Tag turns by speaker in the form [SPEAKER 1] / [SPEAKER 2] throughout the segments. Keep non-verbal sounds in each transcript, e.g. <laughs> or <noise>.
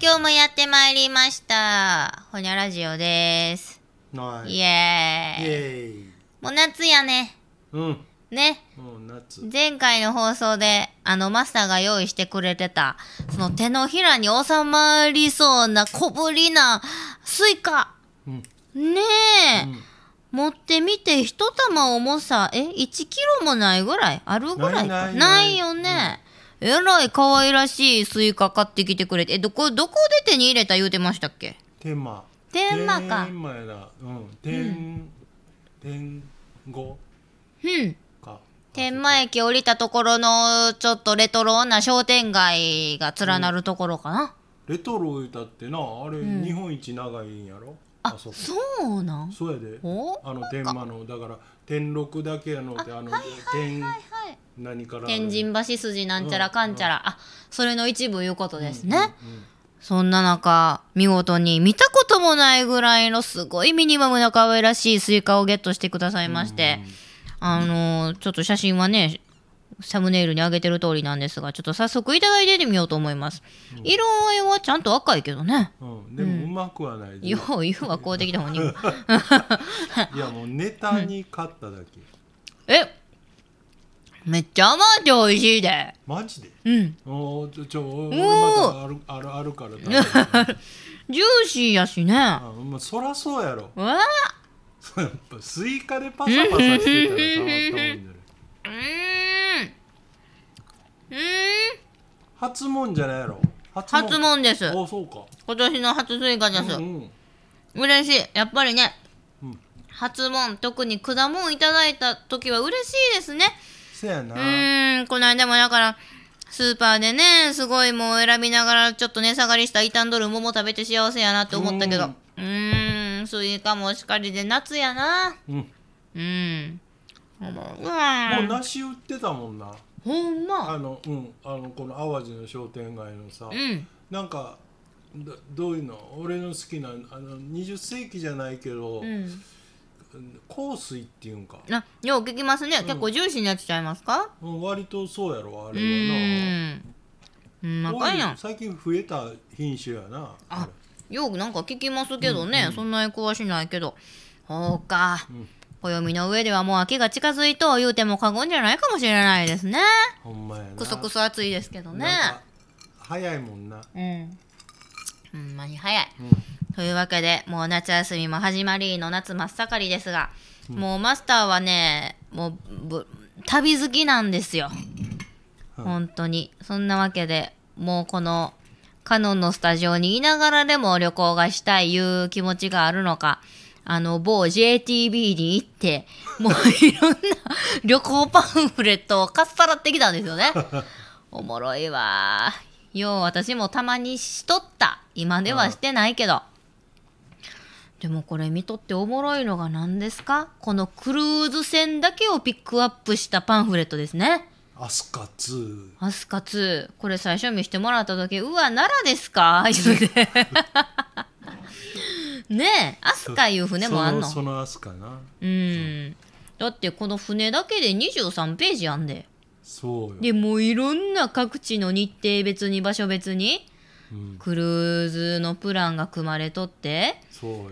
[SPEAKER 1] 今日もやってまいりました。ほにゃラジオです。
[SPEAKER 2] はい。
[SPEAKER 1] イ
[SPEAKER 2] イ
[SPEAKER 1] エーイ。
[SPEAKER 2] エーイ。
[SPEAKER 1] もう夏やね。
[SPEAKER 2] うん。
[SPEAKER 1] ね。
[SPEAKER 2] もう夏。
[SPEAKER 1] 前回の放送で、あの、マスターが用意してくれてた、その手のひらに収まりそうな小ぶりなスイカ。
[SPEAKER 2] うん。
[SPEAKER 1] ねえ。
[SPEAKER 2] うん
[SPEAKER 1] 持ってみて一玉重さえ1キロもないぐらいあるぐらいかな
[SPEAKER 2] ないいないない
[SPEAKER 1] よね、えらい可愛らしいスイカ買ってきてくれてえどこどこで手に入れた言うてましたっけ
[SPEAKER 2] 天満。
[SPEAKER 1] 天満か
[SPEAKER 2] 天満やな。うん。天。天。後。
[SPEAKER 1] うん
[SPEAKER 2] か。
[SPEAKER 1] 天満駅降りたところのちょっとレトロな商店街が連なるところかな、
[SPEAKER 2] レトロ言うたってな、あれ日本一長いんやろ。
[SPEAKER 1] あ
[SPEAKER 2] そ
[SPEAKER 1] そ
[SPEAKER 2] こ。
[SPEAKER 1] うなんは
[SPEAKER 2] そうやで。
[SPEAKER 1] お
[SPEAKER 2] あの天満の、だから。天六だけやのって、あの。天。
[SPEAKER 1] いはい
[SPEAKER 2] 何から。
[SPEAKER 1] 天神橋筋なんちゃらかんちゃら、あそれの一部いうことですね、
[SPEAKER 2] うん。
[SPEAKER 1] そんな中、見事に見たこともないぐらいのすごいミニマムな可愛らしいスイカをゲットしてくださいまして、あのーちょっと写真はね、サムネイルに上げてる通りなんですが、ちょっと早速いただいてみようと思います。色合いはちゃんと赤いけどね。
[SPEAKER 2] うん。でも、うまくはないで。
[SPEAKER 1] よう言うわ、こうできた方に。
[SPEAKER 2] いや、もうネタに勝っただけ。
[SPEAKER 1] えめっちゃ甘くて美味しいで。
[SPEAKER 2] マジで。
[SPEAKER 1] うん。
[SPEAKER 2] おーちょちょ俺
[SPEAKER 1] お
[SPEAKER 2] まだあるあるあるから食べる
[SPEAKER 1] ジューシーやしね。
[SPEAKER 2] あまあそらそうやろ
[SPEAKER 1] うわ
[SPEAKER 2] そうやっぱスイカでパサパサしてたらたまったもんじゃない
[SPEAKER 1] ーうーん。うーん。
[SPEAKER 2] 初もんじゃないやろ初
[SPEAKER 1] 初もんです。
[SPEAKER 2] おそうか
[SPEAKER 1] 今年の初スイカです、
[SPEAKER 2] うんうん
[SPEAKER 1] 嬉しいやっぱりね
[SPEAKER 2] うん
[SPEAKER 1] 初物特に果物いただいた時は嬉しいですね
[SPEAKER 2] せやな
[SPEAKER 1] うーんこの間もだからスーパーでねすごいもう選びながらちょっと値下がりした傷んどる桃食べて幸せやなって思ったけど
[SPEAKER 2] う
[SPEAKER 1] うーんスイカもしかりで夏やな
[SPEAKER 2] うんも
[SPEAKER 1] うんうわ
[SPEAKER 2] う
[SPEAKER 1] ー
[SPEAKER 2] 梨売ってたもんな
[SPEAKER 1] ほんま
[SPEAKER 2] あのうんあのこの淡路の商店街のさ
[SPEAKER 1] うん
[SPEAKER 2] なんかどどういうの俺の好きなあの20世紀じゃないけど、
[SPEAKER 1] うん
[SPEAKER 2] 香水っていうんか、
[SPEAKER 1] なよう聞きますね結構ジューシーなやつちゃいますか
[SPEAKER 2] うん、割とそうやろあ
[SPEAKER 1] う
[SPEAKER 2] れはな
[SPEAKER 1] ーんうんま
[SPEAKER 2] 多い
[SPEAKER 1] かいやん
[SPEAKER 2] 最近増えた品種やな
[SPEAKER 1] あよくなんか聞きますけどね、そんなに詳しないけどそうか、
[SPEAKER 2] うん
[SPEAKER 1] 暦の上ではもう秋が近づいと言うても過言じゃないかもしれないですね
[SPEAKER 2] ほんまやな
[SPEAKER 1] くそくそ暑いですけどね
[SPEAKER 2] なんか早いもんな
[SPEAKER 1] うんほんまに早い
[SPEAKER 2] うん
[SPEAKER 1] というわけでもう夏休みも始まりの夏真っ盛りですが、もうマスターはねもうぶ旅好きなんですよ、
[SPEAKER 2] うん
[SPEAKER 1] 本当にそんなわけでもうこのカノンのスタジオにいながらでも旅行がしたいいう気持ちがあるのかあの某 JTB に行
[SPEAKER 2] <laughs>
[SPEAKER 1] ってもういろんな旅行パンフレットをかっさらってきたんですよね
[SPEAKER 2] <laughs>
[SPEAKER 1] おもろいわよう私もたまにしとった今ではしてないけど、でもこれ見とっておもろいのが何ですかこのクルーズ船だけをピックアップしたパンフレットですね。
[SPEAKER 2] アスカ2
[SPEAKER 1] アスカ2、これ最初見してもらった時、うわ、奈良ですか言うて。ねえ、アスカいう船もあんの
[SPEAKER 2] そのそのアスカな
[SPEAKER 1] うん。だってこの船だけで23ページあんで。
[SPEAKER 2] そうよ、
[SPEAKER 1] で、もういろんな各地の日程別に場所別に、
[SPEAKER 2] うん、
[SPEAKER 1] クルーズのプランが組まれとって、
[SPEAKER 2] そうよ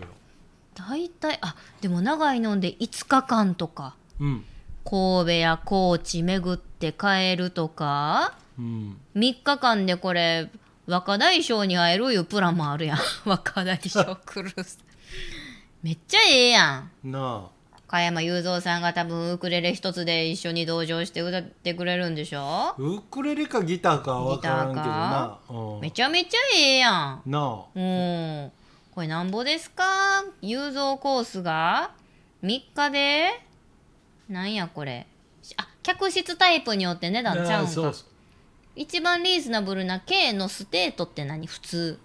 [SPEAKER 1] 大体、あ、でも長いのんで5日間とか、
[SPEAKER 2] うん
[SPEAKER 1] 神戸や高知巡って帰るとか、
[SPEAKER 2] うん
[SPEAKER 1] 3日間でこれ若大将に会えるいうプランもある
[SPEAKER 2] <laughs>
[SPEAKER 1] やん若大将クルーズめっちゃええやん
[SPEAKER 2] な
[SPEAKER 1] 加山雄三さんが多分ウクレレ一つで一緒に同情して歌ってくれるんでしょ
[SPEAKER 2] あウクレレかギターかわからんけどな、うん、
[SPEAKER 1] めちゃめちゃええやん
[SPEAKER 2] なあ
[SPEAKER 1] うんこれなんぼですか雄三コースが3日でなんやこれあ客室タイプによって値段ちゃうん
[SPEAKER 2] なあそう
[SPEAKER 1] か
[SPEAKER 2] そ
[SPEAKER 1] 一番リーズナブルな K のステートって何普通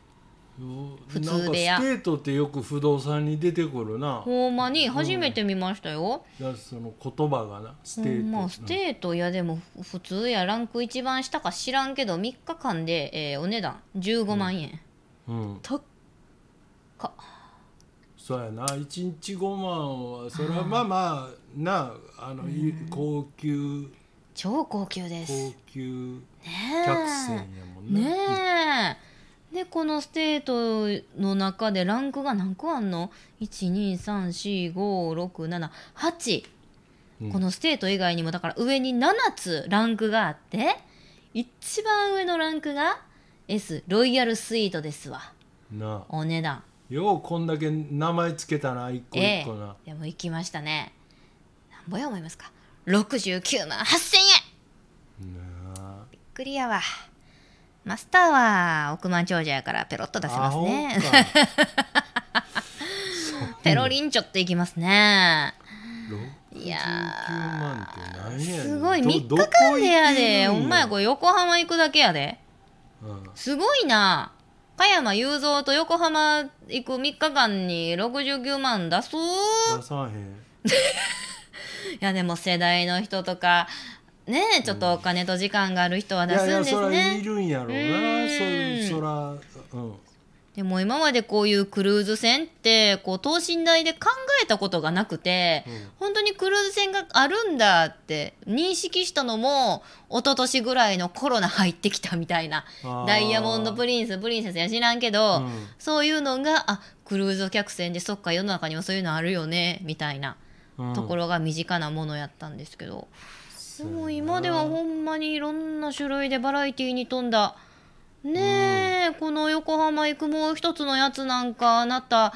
[SPEAKER 2] う
[SPEAKER 1] 普通部
[SPEAKER 2] な
[SPEAKER 1] 屋
[SPEAKER 2] んかステートってよく不動産に出てくるな
[SPEAKER 1] ほんまに初めて見ましたよ。
[SPEAKER 2] だからその言葉がなス
[SPEAKER 1] ほ
[SPEAKER 2] テート、
[SPEAKER 1] んまステートいやでもふ普通やランク一番下か知らんけど3日間で、えーお値段15万円、
[SPEAKER 2] うん、
[SPEAKER 1] とっか
[SPEAKER 2] そうやな1日5万はそれはまあまあなあの、い高級
[SPEAKER 1] 超高級です
[SPEAKER 2] 高級
[SPEAKER 1] ねえ
[SPEAKER 2] 客船やもん
[SPEAKER 1] ね
[SPEAKER 2] ね
[SPEAKER 1] えねでこのステートの中でランクが何個あんの ?123456788、
[SPEAKER 2] うん
[SPEAKER 1] このステート以外にもだから上に7つランクがあって一番上のランクが S ロイヤルスイートですわ
[SPEAKER 2] なあ
[SPEAKER 1] お値段
[SPEAKER 2] ようこんだけ名前つけたな一個一個な、
[SPEAKER 1] でも行きましたねなんぼや思いますか69万8000円
[SPEAKER 2] な
[SPEAKER 1] びっくりやわマスターは億万長者やからペロッと出
[SPEAKER 2] あ
[SPEAKER 1] せますね
[SPEAKER 2] アホか
[SPEAKER 1] ペロリンチョっていきますねい
[SPEAKER 2] 69
[SPEAKER 1] や
[SPEAKER 2] 万って何やねん
[SPEAKER 1] すごい
[SPEAKER 2] ど
[SPEAKER 1] 3日
[SPEAKER 2] どこ
[SPEAKER 1] 間でやで
[SPEAKER 2] 行ってん
[SPEAKER 1] お
[SPEAKER 2] の
[SPEAKER 1] 前これ横浜行くだけやで
[SPEAKER 2] うん
[SPEAKER 1] すごいな加山雄三と横浜行く3日間に69万出す
[SPEAKER 2] 出さへん
[SPEAKER 1] いやでも世代の人とかねえちょっとお金と時間がある人は出すんで
[SPEAKER 2] い
[SPEAKER 1] す
[SPEAKER 2] やいやそらい
[SPEAKER 1] ね
[SPEAKER 2] るんやろうな
[SPEAKER 1] うん
[SPEAKER 2] そういうそらうん
[SPEAKER 1] でも今までこういうクルーズ船ってこう等身大で考えたことがなくて、
[SPEAKER 2] うん
[SPEAKER 1] 本当にクルーズ船があるんだって認識したのも一昨年ぐらいのコロナ入ってきたみたいな
[SPEAKER 2] あー
[SPEAKER 1] ダイヤモンドプリンスプリンセスや知らんけど、
[SPEAKER 2] うん
[SPEAKER 1] そういうのがあクルーズ客船でそっか世の中にはそういうのあるよねみたいな
[SPEAKER 2] うん
[SPEAKER 1] ところが身近なものやったんですけど、
[SPEAKER 2] そ
[SPEAKER 1] で
[SPEAKER 2] うやな
[SPEAKER 1] も今ではほんまにいろんな種類でバラエティーに富んだねえ、この横浜行くもう一つのやつなんかあなた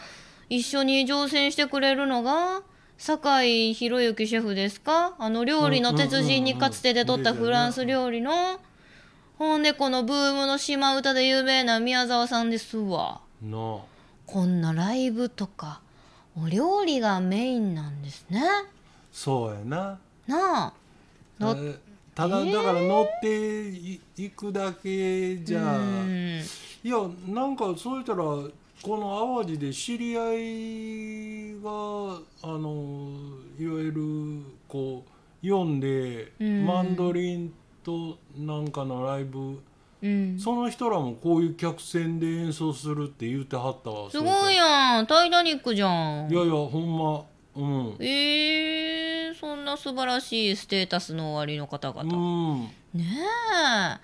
[SPEAKER 1] 一緒に乗船してくれるのが酒井宏之シェフですかあの料理の鉄人にかつてで取った
[SPEAKER 2] うんうん
[SPEAKER 1] フ
[SPEAKER 2] うんうん
[SPEAKER 1] ランス料理のほんでこのブームの島唄で有名な宮沢さんですわ
[SPEAKER 2] な
[SPEAKER 1] こんなライブとかお料理がメインなんですね
[SPEAKER 2] あそうやな
[SPEAKER 1] なあの
[SPEAKER 2] えただだから乗っていいくだけじゃ
[SPEAKER 1] うん
[SPEAKER 2] いやなんかそういったらこの淡路で知り合いがあのいわゆるこう読んで
[SPEAKER 1] うん
[SPEAKER 2] マンドリンとなんかのライブ
[SPEAKER 1] うん
[SPEAKER 2] その人らもこういう客船で演奏するって言ってはったわ
[SPEAKER 1] すごいやん「タイタニック」じゃ
[SPEAKER 2] そ
[SPEAKER 1] ん
[SPEAKER 2] ういやいやほんまうん
[SPEAKER 1] えー、そんな素晴らしいステータスの終わりの方々、
[SPEAKER 2] うん、
[SPEAKER 1] ねえ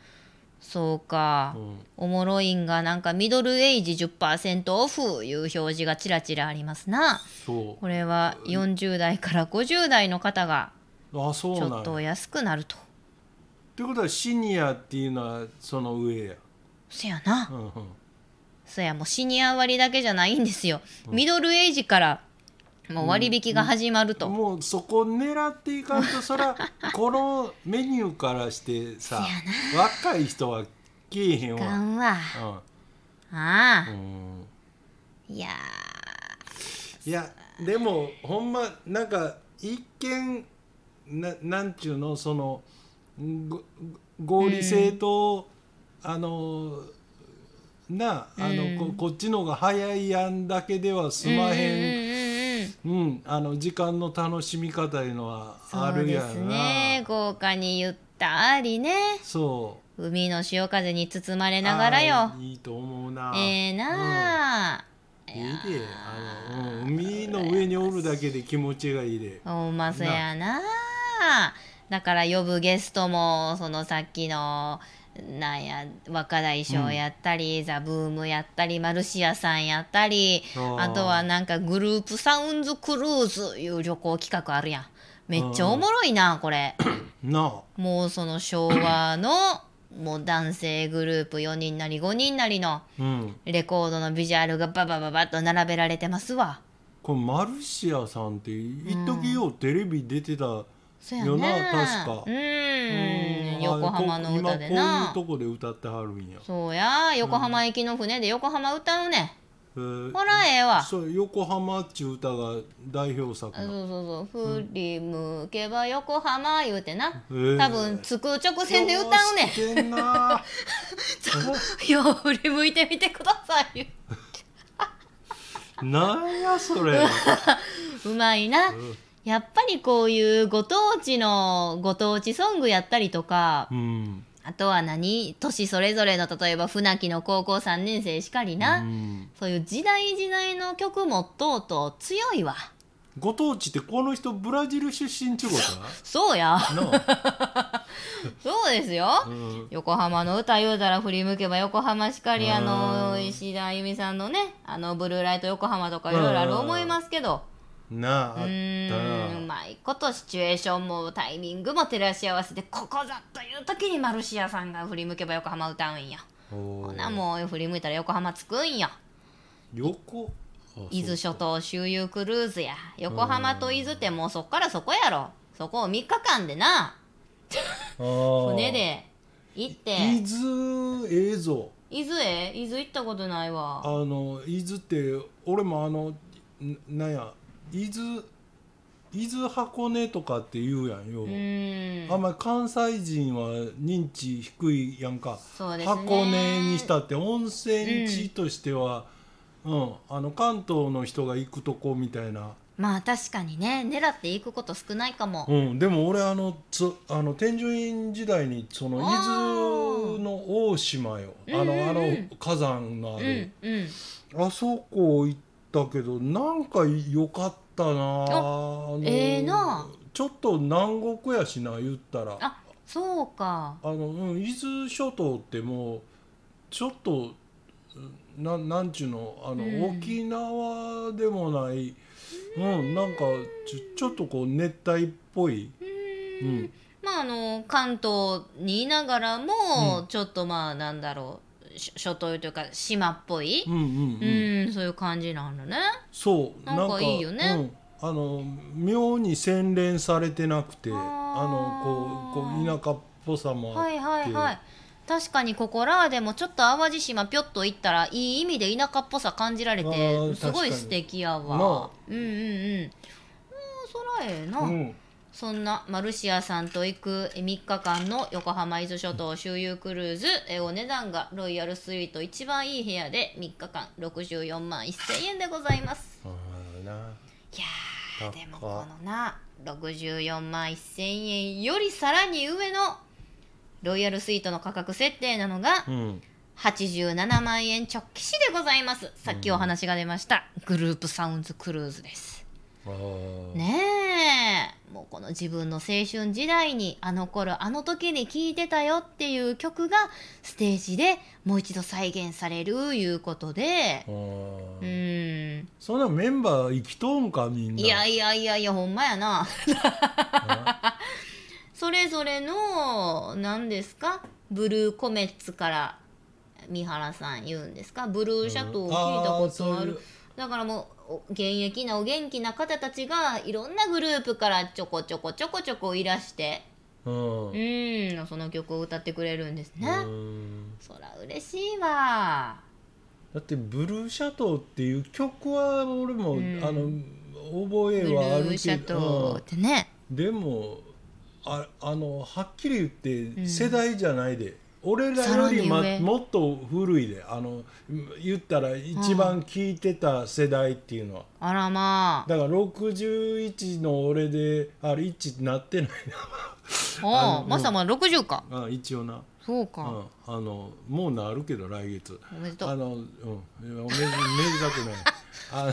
[SPEAKER 1] そうか、
[SPEAKER 2] うん
[SPEAKER 1] おもろいんがなんかミドルエイジ10%オフいう表示がちらちらありますな
[SPEAKER 2] そ
[SPEAKER 1] これは40代から50代の方が
[SPEAKER 2] うあそう
[SPEAKER 1] ち
[SPEAKER 2] なん
[SPEAKER 1] ょ
[SPEAKER 2] や
[SPEAKER 1] っとお安くなると
[SPEAKER 2] ってことはシニアっていうのはその上や、
[SPEAKER 1] せやな
[SPEAKER 2] うんうん、
[SPEAKER 1] そやもうシニア割だけじゃないんですよミドルエイジからもう割引が始まると、
[SPEAKER 2] もうそこ狙っていかんとそ
[SPEAKER 1] <laughs>
[SPEAKER 2] らこのメニューからしてさ若い人は来えへん
[SPEAKER 1] あか
[SPEAKER 2] わ、
[SPEAKER 1] んわあ
[SPEAKER 2] う
[SPEAKER 1] あ、
[SPEAKER 2] んうん、
[SPEAKER 1] いや
[SPEAKER 2] いやでもほんまなんか一見ななんちゅうのそのごご合理性と、あのなあの、
[SPEAKER 1] うん
[SPEAKER 2] ここっちの方が早いやんだけでは済
[SPEAKER 1] ー
[SPEAKER 2] まへん
[SPEAKER 1] うんうんうんうん
[SPEAKER 2] うん、あの時間の楽しみ方いうのはあ
[SPEAKER 1] そう
[SPEAKER 2] る
[SPEAKER 1] で
[SPEAKER 2] やな。
[SPEAKER 1] すね豪華にゆったりね
[SPEAKER 2] そ
[SPEAKER 1] 海の潮風に包まれ
[SPEAKER 2] う。
[SPEAKER 1] ながらよ
[SPEAKER 2] あーいいと思うな。
[SPEAKER 1] ええなあ、
[SPEAKER 2] うんいいで、あの、うん、海の上におるだけで気持ちがいいで。
[SPEAKER 1] ほんまそやなあだから呼ぶゲストもそのさっきのなんや若大将やったり、ザ・ブームやったりマルシアさんやったり
[SPEAKER 2] あー
[SPEAKER 1] あとはなんかグループサウンズクルーズいう旅行企画あるやんめっちゃおもろいなこれ。
[SPEAKER 2] な
[SPEAKER 1] もうその昭和のもう男性グループ4人なり5人なりの
[SPEAKER 2] あ、うん。
[SPEAKER 1] レコードのビジュアルがババババッと並べられてますわ
[SPEAKER 2] これマルシアさんって一時ようテレビ出てたよ
[SPEAKER 1] そう
[SPEAKER 2] な、
[SPEAKER 1] やね
[SPEAKER 2] 確か。
[SPEAKER 1] うー
[SPEAKER 2] うんん
[SPEAKER 1] 横浜の歌で
[SPEAKER 2] あ
[SPEAKER 1] な
[SPEAKER 2] こ今こういうとこで歌ってはるんや。
[SPEAKER 1] そうや横浜行きの船で横浜歌うね
[SPEAKER 2] えー
[SPEAKER 1] ほらええわ
[SPEAKER 2] そう横浜っちゅう歌が代表作
[SPEAKER 1] あそう
[SPEAKER 2] な。
[SPEAKER 1] そうそう振り向けば横浜言うてな
[SPEAKER 2] えー
[SPEAKER 1] 多分着く直線で歌う
[SPEAKER 2] よ
[SPEAKER 1] ね
[SPEAKER 2] うしてんな。
[SPEAKER 1] <laughs> いや振り向いてみてくださいよ
[SPEAKER 2] なんやそ
[SPEAKER 1] <laughs>
[SPEAKER 2] れ。
[SPEAKER 1] うまいな、やっぱりこういうご当地のご当地ソングやったりとか
[SPEAKER 2] うん。
[SPEAKER 1] あとは何年それぞれの例えば船木の高校3年生しかりな、
[SPEAKER 2] うん
[SPEAKER 1] そういう時代時代の曲もとうとう強いわ
[SPEAKER 2] ご当地ってこの人ブラジル出身っちゅうこ
[SPEAKER 1] そうや
[SPEAKER 2] とや。なあ
[SPEAKER 1] <laughs> そうですよ、
[SPEAKER 2] うん
[SPEAKER 1] 横浜の歌言うたら振り向けば横浜しかりあの
[SPEAKER 2] うん
[SPEAKER 1] 石田あゆみさんのねあのブルーライト横浜とかいろいろある思いますけど
[SPEAKER 2] なあ
[SPEAKER 1] う
[SPEAKER 2] あっ
[SPEAKER 1] ーんう
[SPEAKER 2] たな
[SPEAKER 1] まいことシチュエーションもタイミングも照らし合わせてここだという時にマルシアさんが振り向けば横浜歌うんや
[SPEAKER 2] ほ
[SPEAKER 1] ほなもう振り向いたら横浜着くんや
[SPEAKER 2] 横あ
[SPEAKER 1] 伊豆諸島周遊クルーズや横浜と伊豆ってもうそっからそこやろそこを3日間でな
[SPEAKER 2] そうあー
[SPEAKER 1] 船で行って
[SPEAKER 2] 伊豆ええぞ
[SPEAKER 1] 伊豆へ伊豆行ったことないわ
[SPEAKER 2] あの伊豆って俺もあのんなんや伊豆伊豆箱根とかって言うやんよ、
[SPEAKER 1] うーん
[SPEAKER 2] あんまり関西人は認知低いやんか、
[SPEAKER 1] そうですね
[SPEAKER 2] 箱根にしたって温泉地としては、うんあの関東の人が行くとこみたいな、
[SPEAKER 1] まあ確かにね狙って行くこと少ないかも、
[SPEAKER 2] うん、でも俺あのつあの天神院時代にその伊
[SPEAKER 1] あー
[SPEAKER 2] 豆の大島よあ
[SPEAKER 1] うんうんうん
[SPEAKER 2] のあの火山の
[SPEAKER 1] う
[SPEAKER 2] あ
[SPEAKER 1] ん、
[SPEAKER 2] る。
[SPEAKER 1] うん
[SPEAKER 2] あそこ行ったけどなんか良かったなあの
[SPEAKER 1] ええな
[SPEAKER 2] ちょっと南国やしな言ったらあ
[SPEAKER 1] あそうか
[SPEAKER 2] の、うん、伊豆諸島ってもうちょっとうんななんちゅうのあの、
[SPEAKER 1] うん
[SPEAKER 2] 沖縄でもない、うん、なんかちょちょっとこう熱帯っぽい、うん、
[SPEAKER 1] まああの関東にいながらも、
[SPEAKER 2] う
[SPEAKER 1] ちょっとまあなんだろうし諸島というか島っぽい
[SPEAKER 2] うんうんうん
[SPEAKER 1] うん、そういう感じなんだね
[SPEAKER 2] そう
[SPEAKER 1] なんかいいよね、
[SPEAKER 2] うん、あの妙に洗練されてなくて
[SPEAKER 1] あ
[SPEAKER 2] あ
[SPEAKER 1] ー
[SPEAKER 2] のこうこう田舎っぽさもあっ
[SPEAKER 1] は
[SPEAKER 2] て、
[SPEAKER 1] いはいはい確かにここらでもちょっと淡路島ぴょっと行ったらいい意味で田舎っぽさ感じられ
[SPEAKER 2] あ
[SPEAKER 1] て
[SPEAKER 2] ー
[SPEAKER 1] すごい
[SPEAKER 2] 確かに
[SPEAKER 1] 素敵や
[SPEAKER 2] な
[SPEAKER 1] わ
[SPEAKER 2] あ
[SPEAKER 1] うんうんうんうんそらええな、
[SPEAKER 2] うん、
[SPEAKER 1] そんなマルシアさんと行く3日間の横浜伊豆諸島周遊クルーズえお値段がロイヤルスイート一番いい部屋で3日間64万1000円でございます
[SPEAKER 2] ああない
[SPEAKER 1] や
[SPEAKER 2] 高
[SPEAKER 1] ー
[SPEAKER 2] っ
[SPEAKER 1] でもこのな64万1000円よりさらに上のロイヤルスイートの価格設定なのが
[SPEAKER 2] うん
[SPEAKER 1] 87万円直帰しでございますさっきお話が出ましたグループサウンズクルーズです
[SPEAKER 2] ああ、
[SPEAKER 1] ねえもうこの自分の青春時代にあの頃あの時に聴いてたよっていう曲がステージでもう一度再現されるいうことで
[SPEAKER 2] あー
[SPEAKER 1] うん
[SPEAKER 2] そんなメンバー生きとんかみんない
[SPEAKER 1] やいやいやいやほんまやな <laughs> それぞれの何ですかブルーコメッツから三原さん言うんですかブルーシャトーを聞いたことある、
[SPEAKER 2] うんあーそういう
[SPEAKER 1] だからもうお現役なお元気な方たちがいろんなグループからちょこちょこちょこちょこいらして
[SPEAKER 2] うん
[SPEAKER 1] うんその曲を歌ってくれるんですね、
[SPEAKER 2] うん
[SPEAKER 1] そら嬉しいわ
[SPEAKER 2] だって「ブルーシャトー」っていう曲は俺も、
[SPEAKER 1] うん
[SPEAKER 2] あの覚
[SPEAKER 1] ブ
[SPEAKER 2] え
[SPEAKER 1] ル
[SPEAKER 2] はある
[SPEAKER 1] ーシ
[SPEAKER 2] け
[SPEAKER 1] ャ
[SPEAKER 2] ど、
[SPEAKER 1] トーってね
[SPEAKER 2] でもああのはっきり言っ
[SPEAKER 1] ん
[SPEAKER 2] て世代じゃないで、俺らより、
[SPEAKER 1] さ
[SPEAKER 2] ま
[SPEAKER 1] らに上、
[SPEAKER 2] もっと古いであの言ったら一番聞いてた世代っていうのは、
[SPEAKER 1] あらまあ
[SPEAKER 2] だから61の俺であれ1なってない
[SPEAKER 1] お
[SPEAKER 2] あの
[SPEAKER 1] おまさま60か
[SPEAKER 2] な <laughs> あ一応な、
[SPEAKER 1] そう
[SPEAKER 2] うん
[SPEAKER 1] か、
[SPEAKER 2] あのもうなるけど来月
[SPEAKER 1] おめでと
[SPEAKER 2] あ
[SPEAKER 1] う
[SPEAKER 2] のうんめめ
[SPEAKER 1] <laughs>
[SPEAKER 2] でたくないあの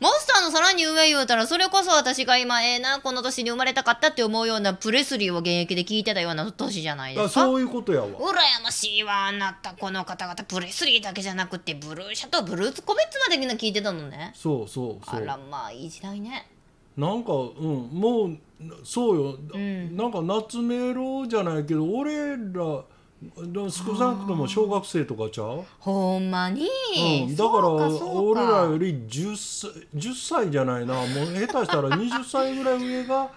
[SPEAKER 1] マスターのさらに上言うたらそれこそ私が今ええなこの年に生まれたかったって思うようなプレスリーを現役で聞いてたような年じゃないで
[SPEAKER 2] あ
[SPEAKER 1] すか
[SPEAKER 2] そういうことやわ
[SPEAKER 1] 羨ましいわあなたこの方々プレスリーだけじゃなくてブルーシャトーブルーツコメッツまでみんな聞いてたのね
[SPEAKER 2] そうそうそ
[SPEAKER 1] あ
[SPEAKER 2] う
[SPEAKER 1] らまあいい時代ね
[SPEAKER 2] なんかうんもうなそうよ、
[SPEAKER 1] ん
[SPEAKER 2] なんか夏メロじゃないけど俺らだ少なくとも小学生とかちゃう、
[SPEAKER 1] ほんまに、
[SPEAKER 2] うん、だから俺らより10歳 ,10 歳じゃないなもう下手したら20歳ぐらい上が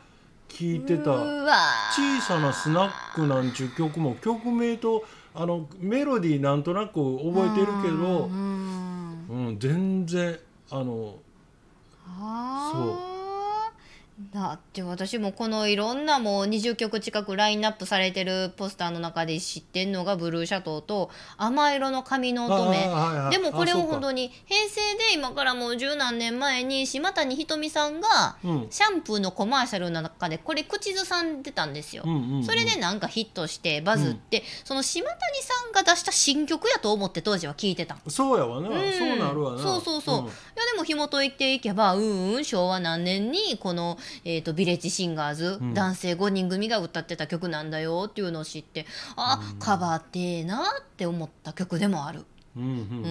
[SPEAKER 2] 聴いて
[SPEAKER 1] う
[SPEAKER 2] た
[SPEAKER 1] わ
[SPEAKER 2] 「小さなスナック」なんちゅう曲も曲名とあのメロディーなんとなく覚えてるけど
[SPEAKER 1] う、ん
[SPEAKER 2] うん、全然あの
[SPEAKER 1] あそうだって私もこのいろんなもう20曲近くラインナップされてるポスターの中で知ってんのが「ブルーシャトー」と「甘色の髪の乙女」
[SPEAKER 2] あはいはい
[SPEAKER 1] でもこれを
[SPEAKER 2] あそうか
[SPEAKER 1] 本当に平成で今からもう十何年前に島谷ひとみさんが
[SPEAKER 2] うん
[SPEAKER 1] シャンプーのコマーシャルの中でこれ口ずさんでたんですよ。
[SPEAKER 2] うんうんうん
[SPEAKER 1] それでなんかヒットしてバズって、その島谷さんが出した新曲やと思って当時は聞いてたん
[SPEAKER 2] そうやわな、
[SPEAKER 1] ん
[SPEAKER 2] そうなるわな
[SPEAKER 1] そうそうそう、いやでも紐解いていけばうんうん昭和何年にこの、えーと「ビレッジシンガーズ」
[SPEAKER 2] ん
[SPEAKER 1] 男性5人組が歌ってた曲なんだよっていうのを知ってあ、カバーってええなって思った曲でもある。
[SPEAKER 2] うんうん
[SPEAKER 1] うん、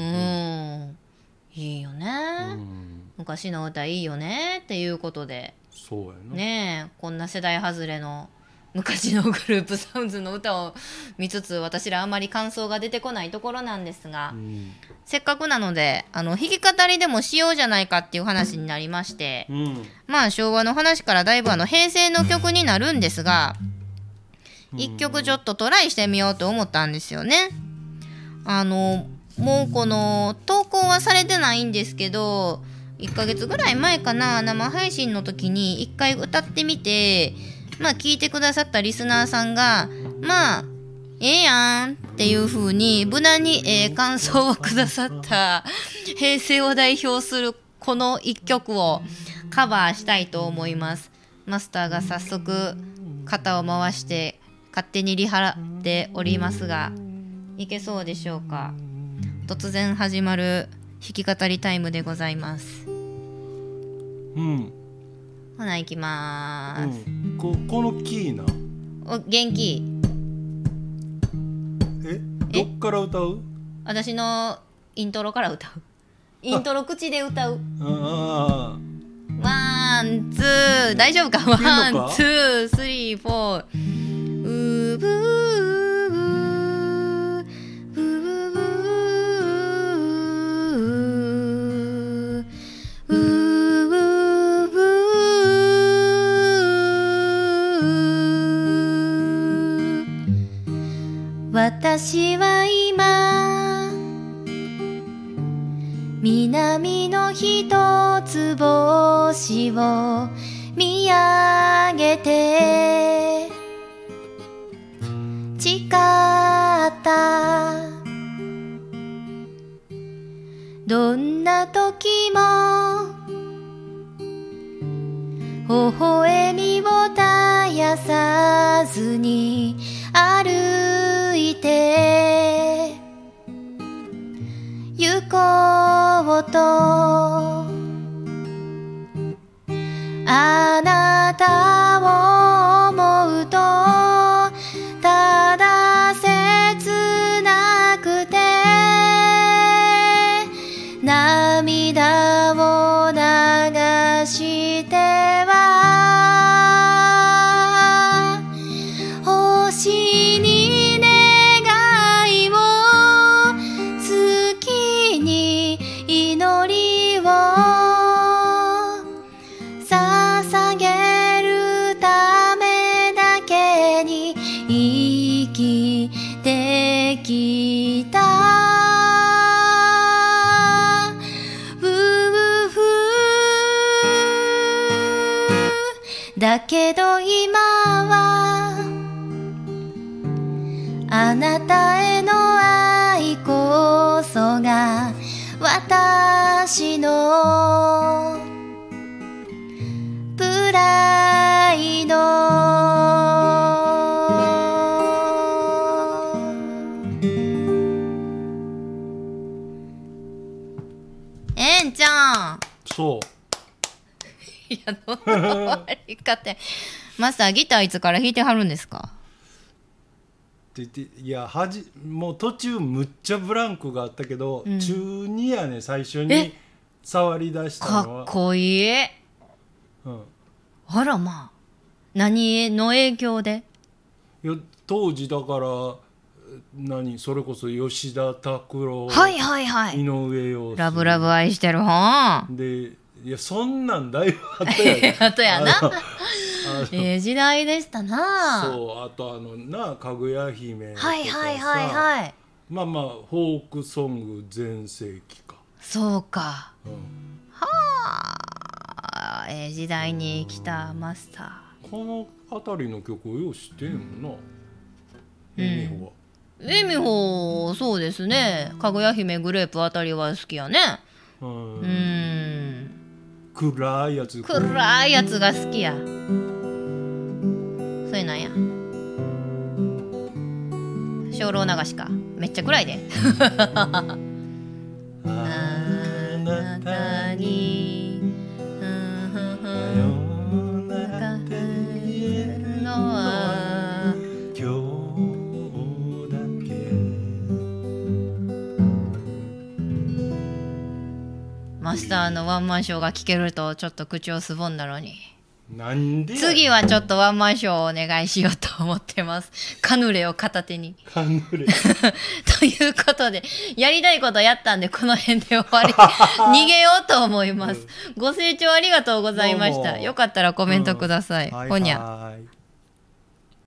[SPEAKER 1] いいよね、
[SPEAKER 2] うんうん
[SPEAKER 1] 昔の歌いいよねっていうことで
[SPEAKER 2] そうやな、
[SPEAKER 1] ねえこんな世代外れの昔のグループサウンズの歌を見つつ私らあまり感想が出てこないところなんですが、
[SPEAKER 2] うん
[SPEAKER 1] せっかくなのであの弾き語りでもしようじゃないかっていう話になりまして、
[SPEAKER 2] うん
[SPEAKER 1] まあ昭和の話からだいぶあの平成の曲になるんですが、一曲ちょっとトライしてみようと思ったんですよね。あのもうこの投稿はされてないんですけど1ヶ月ぐらい前かな生配信の時に1回歌ってみてまあ聞いてくださったリスナーさんがまあええやんっていう風に無難にええ感想をくださった平成を代表するこの1曲をカバーしたいと思います。マスターが早速肩を回して勝手にリハラっておりますがいけそうでしょうか突然始まる弾き語りタイムでございます
[SPEAKER 2] うん
[SPEAKER 1] ほな行きま
[SPEAKER 2] う
[SPEAKER 1] ーす、
[SPEAKER 2] ん、ここのキーな
[SPEAKER 1] お元気
[SPEAKER 2] え
[SPEAKER 1] え
[SPEAKER 2] どっから歌う
[SPEAKER 1] 私のイントロから歌うイントロ口で歌う
[SPEAKER 2] あ
[SPEAKER 1] ワンツー大丈夫かワ
[SPEAKER 2] いいのか
[SPEAKER 1] ンツースリーフォーうぶーうぶーうぶーうぶー私は今南の一つ星を見上げて誓ったどんな時も微笑みを絶やさずに歩いて行こうとあなたを思うとただ切なくて涙を流しては星に願いを月に祈りを捧げるためだけに生きてきた夫婦だけど今はあなたへの愛こそが私のプライドえんちゃん
[SPEAKER 2] ーそう
[SPEAKER 1] いやどうの <laughs> 終わりかってマスターギターいつから弾いてはるんですか
[SPEAKER 2] って言っていやはじもう途中むっちゃブランクがあったけど、
[SPEAKER 1] うん
[SPEAKER 2] 中2やね最初
[SPEAKER 1] え
[SPEAKER 2] に触り出したの
[SPEAKER 1] か
[SPEAKER 2] は
[SPEAKER 1] っこいいあらまあ何の影響で
[SPEAKER 2] うん、いや当時だからえ何それこそ吉田拓郎、
[SPEAKER 1] はいはいはい
[SPEAKER 2] 井上陽水
[SPEAKER 1] ラブラブ愛してる <laughs> 本
[SPEAKER 2] でいやそんなんだいぶあっ
[SPEAKER 1] <laughs>
[SPEAKER 2] たやね
[SPEAKER 1] あとやな
[SPEAKER 2] あのあの
[SPEAKER 1] ええ時代でしたな
[SPEAKER 2] そうあとあのなあかぐや姫とかさ
[SPEAKER 1] はいはいはいはい
[SPEAKER 2] まあまあフォークソング全盛期か、
[SPEAKER 1] そうか
[SPEAKER 2] うん
[SPEAKER 1] あーええ時代に来たマスタ
[SPEAKER 2] この辺りの曲をよう知ってんよな、美穂は
[SPEAKER 1] ーえみほそうですねかぐや姫グレープあたりは好きやね
[SPEAKER 2] うん
[SPEAKER 1] うーん
[SPEAKER 2] 暗いやつ
[SPEAKER 1] 暗いやつが好きやそれなんや精霊流しかめっちゃ暗いで
[SPEAKER 2] あ
[SPEAKER 1] あ
[SPEAKER 2] な
[SPEAKER 1] な
[SPEAKER 2] た
[SPEAKER 1] た
[SPEAKER 2] に
[SPEAKER 1] マスターのワンマンショーが聞けるとちょっと口をすぼんだのに
[SPEAKER 2] なんでや
[SPEAKER 1] 次はちょっとワンマンショーをお願いしようと思ってますカヌレを片手に
[SPEAKER 2] カヌレ
[SPEAKER 1] <laughs> ということでやりたいことやったんでこの辺で終わ
[SPEAKER 2] <laughs>
[SPEAKER 1] り逃げようと思いますご清聴ありがとうございまし
[SPEAKER 2] どう
[SPEAKER 1] た
[SPEAKER 2] も
[SPEAKER 1] よかったらコメントください、
[SPEAKER 2] はい
[SPEAKER 1] ほにゃ
[SPEAKER 2] はい